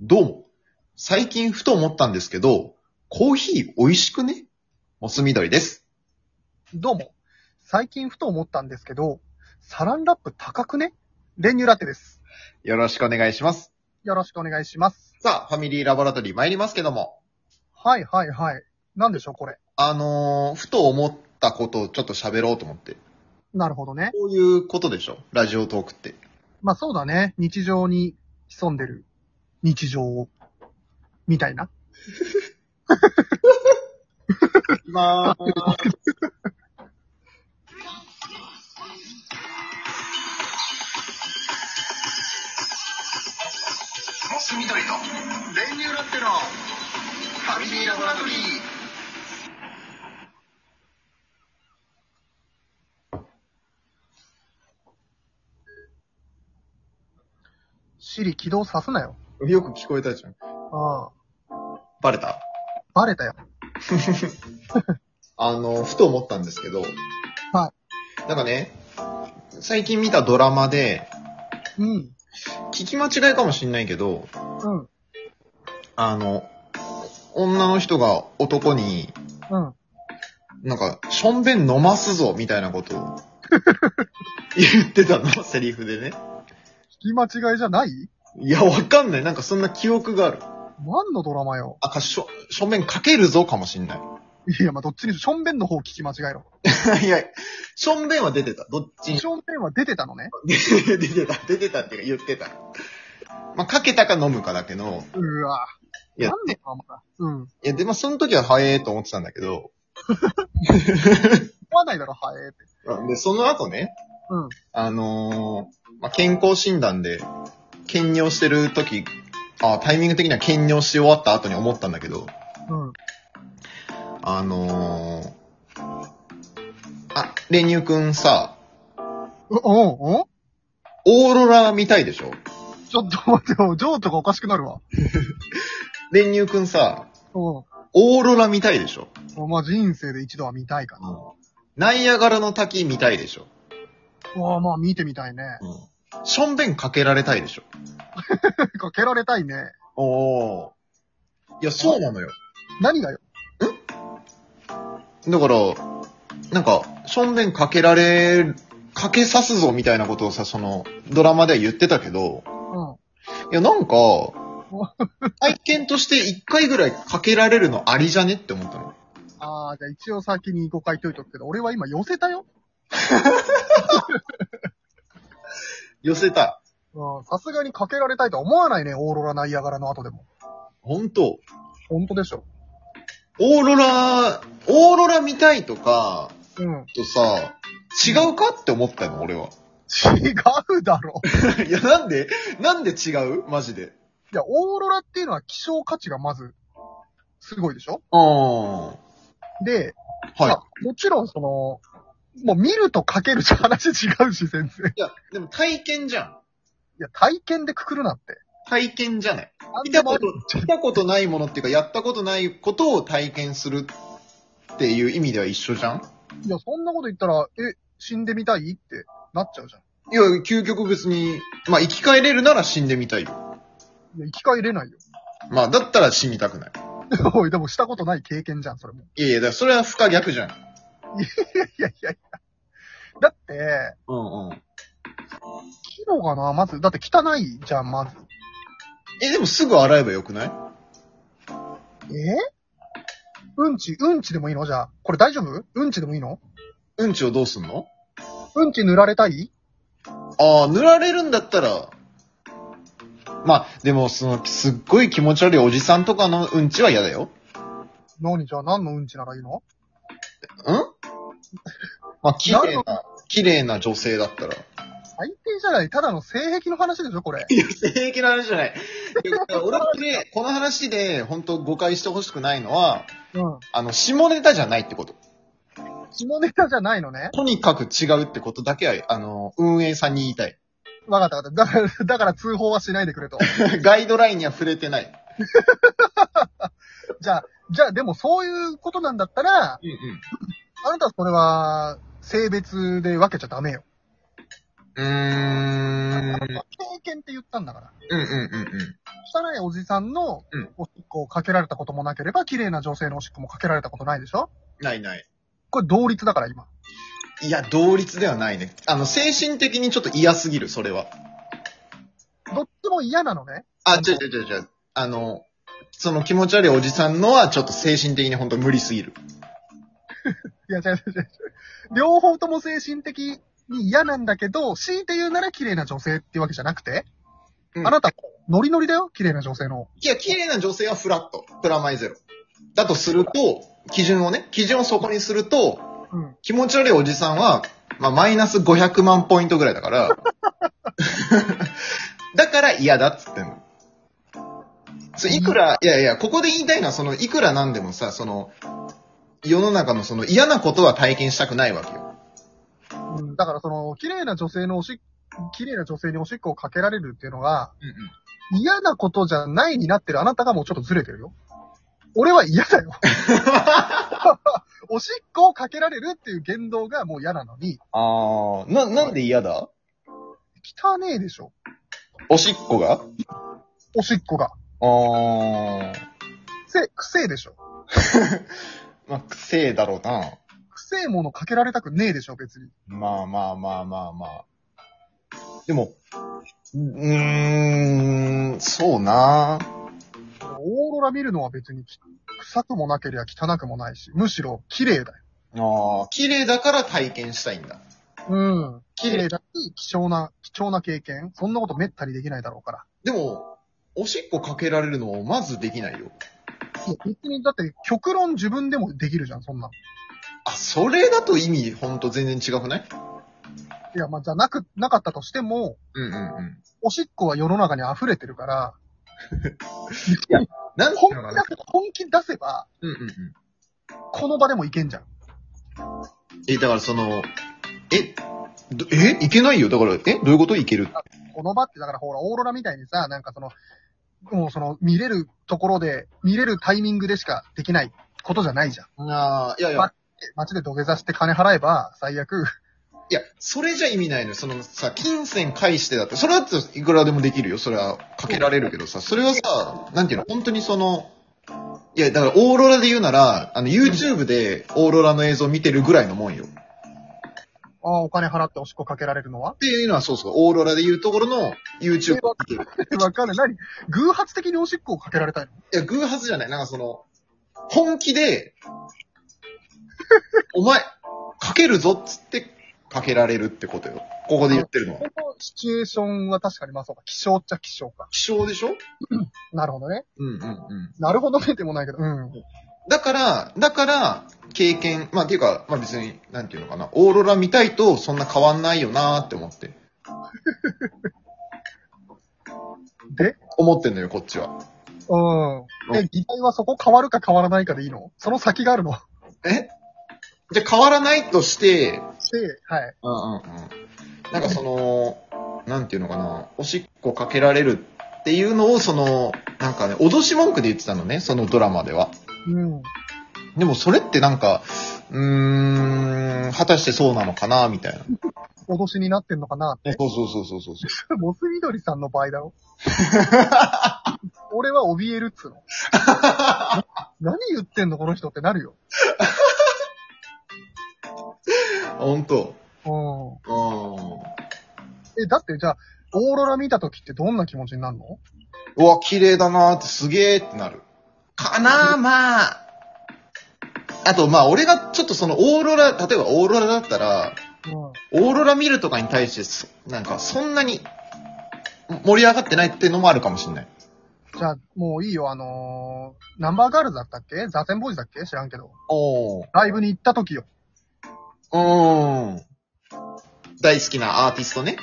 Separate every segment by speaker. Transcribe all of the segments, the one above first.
Speaker 1: どうも。最近ふと思ったんですけど、コーヒー美味しくねモス緑です。
Speaker 2: どうも。最近ふと思ったんですけど、サランラップ高くね練乳ラテです。
Speaker 1: よろしくお願いします。
Speaker 2: よろしくお願いします。
Speaker 1: さあ、ファミリーラボラトリー参りますけども、
Speaker 2: はいはいはい。なんでしょうこれ。
Speaker 1: あのー、ふと思ったことをちょっと喋ろうと思って。
Speaker 2: なるほどね。
Speaker 1: こういうことでしょラジオトークって。
Speaker 2: まあそうだね。日常に潜んでる日常を。みたいな。
Speaker 1: まあ。
Speaker 3: モス緑と練乳ラッテのファミリーラボラトリー。
Speaker 2: シリ起動さすなよ。
Speaker 1: よく聞こえたじゃん。
Speaker 2: あ
Speaker 1: バレた
Speaker 2: あ。バレたよ。
Speaker 1: あのー、ふと思ったんですけど。
Speaker 2: は
Speaker 1: なんかね、最近見たドラマで、
Speaker 2: うん。
Speaker 1: 聞き間違いかもしんないけど、
Speaker 2: うん。
Speaker 1: あの、女の人が男に、
Speaker 2: うん。
Speaker 1: なんか、しょんべん飲ますぞ、みたいなことを言ってたの、セリフでね。
Speaker 2: 聞き間違いじゃない
Speaker 1: いや、わかんない。なんかそんな記憶がある。
Speaker 2: 何のドラマよ。
Speaker 1: あ、か、しょ、しょんべんかけるぞ、かもしんない
Speaker 2: や、まあどっちにしろ、ションベンの方聞き間違えろ。
Speaker 1: い。いや、しょんべんは出てた。どっちに
Speaker 2: シ。ョンベンは出てたのね。
Speaker 1: 出てた、出てたっていうか言ってた。まあ、かけたか飲むかだけど、
Speaker 2: うわ
Speaker 1: いや
Speaker 2: 何のドラマだうん。
Speaker 1: いや、でもその時は早えと思ってたんだけど、
Speaker 2: 思わないだろ、はえーって。
Speaker 1: で、その後ね、
Speaker 2: うん。
Speaker 1: あのーまあ、健康診断で、検尿してる時、あ、タイミング的には検尿し終わった後に思ったんだけど、
Speaker 2: うん。
Speaker 1: あのー、あ、練乳くんさ、
Speaker 2: うおんおん
Speaker 1: オーロラ見たいでしょ
Speaker 2: ちょっと待ってよ、情緒がおかしくなるわ。
Speaker 1: 練乳くんさ、
Speaker 2: うん。
Speaker 1: オーロラ見たいでしょ
Speaker 2: まあ、人生で一度は見たいかな。
Speaker 1: ナイアガラの滝見たいでしょ
Speaker 2: わあ、まあ、見てみたいね。
Speaker 1: ションベンかけられたいでしょ
Speaker 2: かけられたいね。
Speaker 1: おー。いや、そうなのよ。
Speaker 2: 何がよ。
Speaker 1: だから、なんか、ションベンかけられ、かけさすぞみたいなことをさ、その、ドラマでは言ってたけど、
Speaker 2: う
Speaker 1: いや、なんか、体験として一回ぐらいかけられるのありじゃねって思ったの。
Speaker 2: ん。ああ、じゃあ一応先に誤解解いとくけど、俺は今寄せたよ。
Speaker 1: 寄せた。
Speaker 2: うん。さすがにかけられたいとは思わないね、オーロラナイアガラの後でも。
Speaker 1: 本当
Speaker 2: 本当でしょ。
Speaker 1: オーロラ、オーロラ見たいとか、
Speaker 2: うん。
Speaker 1: とさ、違うかって思ったの、俺は。
Speaker 2: 違うだろ。
Speaker 1: いや、なんで、なんで違うマジで。
Speaker 2: いや、オーロラっていうのは希少価値がまず、すごいでしょ
Speaker 1: ああ。は
Speaker 2: で、ま
Speaker 1: い
Speaker 2: あ。もちろんその、もう見るとかけるじゃ話違うし、先生。い
Speaker 1: いや、でも体験じゃん。
Speaker 2: や、体験でくくるなって。
Speaker 1: 体験じゃない。
Speaker 2: なん
Speaker 1: 見
Speaker 2: で
Speaker 1: た
Speaker 2: もあ
Speaker 1: こ
Speaker 2: り
Speaker 1: と、見たことないものっていうか、やったことないことを体験するっていう意味では一緒じゃん
Speaker 2: いや、そんなこと言ったら、え、死んでみたいってなっちゃうじゃん。
Speaker 1: いや、究極別に、まあ、生き返れるなら死んでみたいよ。
Speaker 2: いや、生き返れないよ。
Speaker 1: まあ、だったら死にたくない。
Speaker 2: おい、でもしたことない経験じゃん、それも。
Speaker 1: いやいや、だからそれは不可逆じゃん。
Speaker 2: いやいやいや。だって、
Speaker 1: うんうん。
Speaker 2: キロがな、まず、だって汚いじゃん、まず。
Speaker 1: え、でもすぐ洗えばよくない
Speaker 2: えうんち、うんちでもいいのじゃあ。これ大丈夫うんちでもいいの
Speaker 1: うんちをどうすんの
Speaker 2: うんち塗られたい
Speaker 1: ああ、塗られるんだったら、まあ、でも、その、すっごい気持ち悪いおじさんとかのうんちは嫌だよ。
Speaker 2: 何じゃあ何のうんちならいいの
Speaker 1: んまあ、綺麗な、綺麗な女性だったら。
Speaker 2: 最低じゃない。ただの性癖の話でしょ、これ。
Speaker 1: 性癖の話じゃない。俺はね、この話で、本当誤解してほしくないのは、
Speaker 2: うん。
Speaker 1: あの、下ネタじゃないってこと。
Speaker 2: 下ネタじゃないのね。
Speaker 1: とにかく違うってことだけは、あの、運営さんに言いたい。
Speaker 2: わかったわかった。だから、だから通報はしないでくれと。
Speaker 1: ガイドラインには触れてない。
Speaker 2: じゃあ、じゃあ、でもそういうことなんだったら、
Speaker 1: うんうん。
Speaker 2: あなたはそれは、性別で分けちゃダメよ。
Speaker 1: うーん。
Speaker 2: 経験って言ったんだから。
Speaker 1: うんうんうんうん。
Speaker 2: 汚いおじさんの
Speaker 1: うん
Speaker 2: おしっこをかけられたこともなければ、綺麗な女性のおしっこもかけられたことないでしょ
Speaker 1: ないない。
Speaker 2: これ同率だから今。
Speaker 1: いや、同率ではないね。あの、精神的にちょっと嫌すぎる、それは。
Speaker 2: どっちも嫌なのね。
Speaker 1: あ、違う違う違う違う。あの、その気持ち悪いおじさんのはちょっと精神的に本当無理すぎる。
Speaker 2: いや、違う違う違う違う。両方とも精神的に嫌なんだけど、強いて言うなら綺麗な女性っていうわけじゃなくて、
Speaker 1: うん
Speaker 2: あなた、ノリノリだよ綺麗な女性の。
Speaker 1: いや、綺麗な女性はフラット。プラマイゼロ。だとすると、基準をね、基準をそこにすると、
Speaker 2: うん。
Speaker 1: 気持ち悪いおじさんは、まあ、マイナス500万ポイントぐらいだから。 だから嫌だっつってんの。そういくら、いやいや、ここで言いたいのは、その、いくらなんでもさ、その、世の中のその嫌なことは体験したくないわけよ。
Speaker 2: うん、だからその、綺麗な女性のおし綺麗な女性におしっこをかけられるっていうのが、
Speaker 1: うんうん。
Speaker 2: 嫌なことじゃないになってるあなたがもうちょっとずれてるよ。俺は嫌 だよ。おしっこをかけられるっていう言動がもう嫌なのに、
Speaker 1: あー、な、なんで嫌だ
Speaker 2: 汚ねえでしょ。
Speaker 1: おしっこが
Speaker 2: おしっこが。
Speaker 1: あー、
Speaker 2: せ、くせえでしょ。
Speaker 1: まあ、くせえだろうな。
Speaker 2: くせえものかけられたくねえでしょ、別に。
Speaker 1: まあまあまあまあまあ。でも、うーん、そうな
Speaker 2: オーロラ見るのは別にき臭くもなけりゃ汚くもないし、むしろ綺麗だよ。
Speaker 1: ああ。綺麗だから体験したいんだ。
Speaker 2: うん。
Speaker 1: 綺
Speaker 2: 綺
Speaker 1: 麗
Speaker 2: 麗だし、貴重な、貴重な経験。そんなことめったにできないだろうから。
Speaker 1: でも、おしっこかけられるのをまずできないよ。
Speaker 2: いや別に、だって極論自分でもできるじゃん、そんなの。
Speaker 1: あ、それだと意味ほんと全然違くない
Speaker 2: いや、まあ、じゃなく、なかったとしても、
Speaker 1: うんうんうん。
Speaker 2: おしっこは世の中に溢れてるから、
Speaker 1: なんてい
Speaker 2: 本
Speaker 1: う
Speaker 2: 気
Speaker 1: のか
Speaker 2: 出
Speaker 1: な
Speaker 2: せば、本気出せば、
Speaker 1: うんうんうん。
Speaker 2: この場でもいけんじゃん。
Speaker 1: え、だからその、え、どえ、いけないよ。だから、え、どういうこといける
Speaker 2: この場って、だからほら、オーロラみたいにさ、なんかその、もうその、見れるところで、見れるタイミングでしかできないことじゃないじゃん。
Speaker 1: ああ、いやい
Speaker 2: や街で土下座して金払えば、最悪。
Speaker 1: いや、それじゃ意味ないのよ。そのさ、金銭返してだって、それだっていくらでもできるよ。それはかけられるけどさ、それはさ、なんていうの、本当にその、いや、だからオーロラで言うなら、あの、YouTube でオーロラの映像見てるぐらいのもんよ。っ
Speaker 2: ああ、お金払っておしっこかけられるのは
Speaker 1: ていうのはそうそう、オーロラで言うところの YouTube を見てる。
Speaker 2: わかんない。何偶発的におしっこをかけられたいの
Speaker 1: いや、偶発じゃない。なんかその、本気 で、お前、かけるぞっつって、かけられるってことよ。ここで言ってるのは。
Speaker 2: このシチュエーションは確かにまあそうか、気象っちゃ気象か。
Speaker 1: 希少でしょ
Speaker 2: なるほどね。
Speaker 1: うんうんうん。
Speaker 2: なるほどねでもないけど、うん。
Speaker 1: だから、だから、経験、まあ、っていうか、まあ、別に、なんていうのかな、オーロラ見たいとそんな変わんないよなーって思って、
Speaker 2: で
Speaker 1: 思ってんのよ、こっちは。
Speaker 2: うん。え、議題はそこ変わるか変わらないかでいいのその先があるの
Speaker 1: えじゃあ変わらないとして、
Speaker 2: して、はい。
Speaker 1: うんうんうん。なんかその、なんていうのかな、おしっこかけられるっていうのを、その、なんかね、脅し文句で言ってたのね、そのドラマでは。
Speaker 2: うん。
Speaker 1: でもそれってなんか、うーん、果たしてそうなのかな、みたいな。
Speaker 2: 脅しになってんのかな
Speaker 1: そうそうそうそうそうそう。
Speaker 2: モスみどりさんの場 合だろ俺は怯える っつうの。何言ってんのこの人ってなるよ。
Speaker 1: あ本当。
Speaker 2: うん。
Speaker 1: うん。
Speaker 2: え、だってじゃあ、オーロラ見た時ってどんな気持ちになるの
Speaker 1: うわ、綺麗だなーってすげーってなる。かなーまあ。あと、まあ、俺がちょっとそのオーロラ、例えばオーロラだったら、
Speaker 2: うん。
Speaker 1: オーロラ見るとかに対してそ、なんかそんなに盛り上がってないっていうのもあるかもしんない。
Speaker 2: じゃあ、もういいよ、あのー、ナンバーガールズだったっけザーテンボーイズだっけ知らんけど。
Speaker 1: おー。
Speaker 2: ライブに行った時よ。
Speaker 1: うーん。大好きなアーティストね。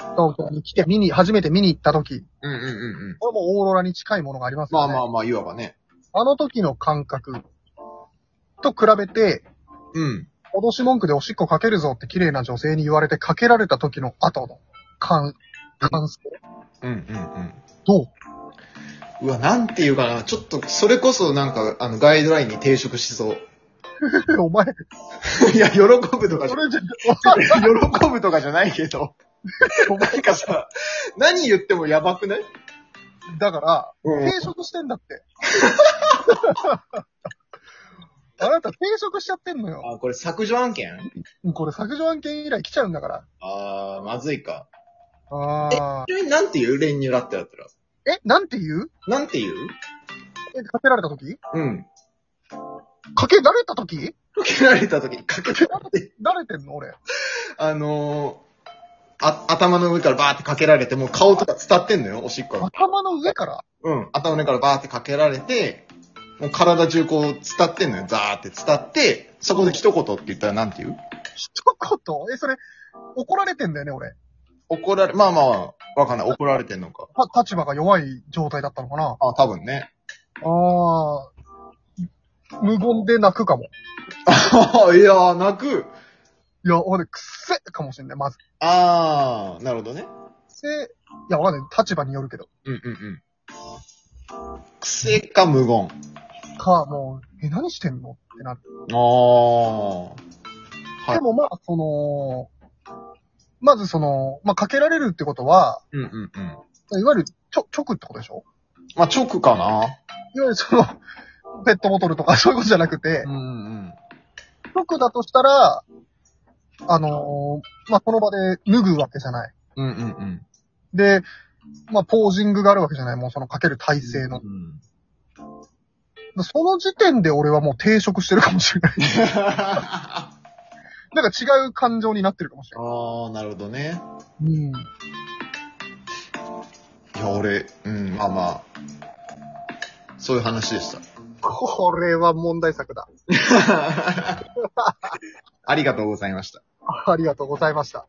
Speaker 2: 東京に来て、見に、初めて見に行った時。
Speaker 1: うんうんうんうん。
Speaker 2: これもオーロラに近いものがあります
Speaker 1: ま
Speaker 2: よ
Speaker 1: あ
Speaker 2: ね。
Speaker 1: ま
Speaker 2: あ
Speaker 1: あまあ、いわばね。
Speaker 2: あ。の時の感覚と比べて、
Speaker 1: うん。
Speaker 2: 脅し文句でおしっこかけるぞって綺麗な女性に言われてかけられた時の後の感、感想。
Speaker 1: うんうんうん。
Speaker 2: どう
Speaker 1: うわ、なんていうかな。ちょっと、それこそなんか、あの、ガイドラインに抵触しそう。
Speaker 2: お前、
Speaker 1: いや、喜ぶとかじゃ
Speaker 2: それじゃ、
Speaker 1: 喜ぶとかじゃないけど、
Speaker 2: お前
Speaker 1: なんかさ、何言ってもやばくない
Speaker 2: だから、
Speaker 1: うん
Speaker 2: 定食してんだって。 あなた定食しちゃってんのよ。
Speaker 1: あ、これ削除案件
Speaker 2: これ削除案件以来来ちゃうんだから。
Speaker 1: あー、まずいか。
Speaker 2: あ
Speaker 1: ちなみになんて言う練乳ラってだったら。
Speaker 2: ーえ、なんて言う
Speaker 1: なんて言う
Speaker 2: えかけられた時
Speaker 1: うん。
Speaker 2: かけられた時
Speaker 1: かけられた時にかけられて、
Speaker 2: られてんの俺。
Speaker 1: あのー、あ、頭の上からバーってかけられて、もう顔とか伝ってんのよ、おしっこが。
Speaker 2: 頭の上から。
Speaker 1: うん。頭の上からバーってかけられて、もう体中こう伝ってんのよ、ザーって伝って、そこで一言って言ったらなんて言う
Speaker 2: 一言え、それ、怒られてんだよね、俺。
Speaker 1: 怒られ、まあまあ、わかんない。怒られてんのか。
Speaker 2: た立場が弱い状態だったのかな。
Speaker 1: あ、多分ね。
Speaker 2: ああ、無言で泣くかも。
Speaker 1: ああ、いやー、泣く。
Speaker 2: いや、俺、くっせえかもしれない、まず。
Speaker 1: あー、なるほどね。
Speaker 2: せえ、いや、わかんない。立場によるけど。
Speaker 1: うんうんうん。癖か無言。
Speaker 2: か、もう、え、何してんのってなる。
Speaker 1: ああ。はい
Speaker 2: でも、まあ、その、まずその、まあ、かけられるってことは、
Speaker 1: うんうんうん。
Speaker 2: いわゆる、ちょ、直ってことでしょ
Speaker 1: まあ、直かな。
Speaker 2: いわゆるその、ペットボトルとかそう いうことじゃなくて、
Speaker 1: んうん。
Speaker 2: 直だとしたら、あのーまあ、その場で脱ぐわけじゃない。
Speaker 1: うんうんうん。
Speaker 2: で、まあ、ポージングがあるわけじゃない。もうそのかける体勢の。
Speaker 1: うん。
Speaker 2: その時点で俺はもう定食してるかもしれない。
Speaker 1: あ
Speaker 2: なんか違う感情になってるかもしれない。
Speaker 1: あ、なるほどね。
Speaker 2: うん。
Speaker 1: いや、俺、うん、まあまあ。そういう話でした。
Speaker 2: これは問題作だ。
Speaker 1: ありがとうございました。
Speaker 2: ありがとうございました。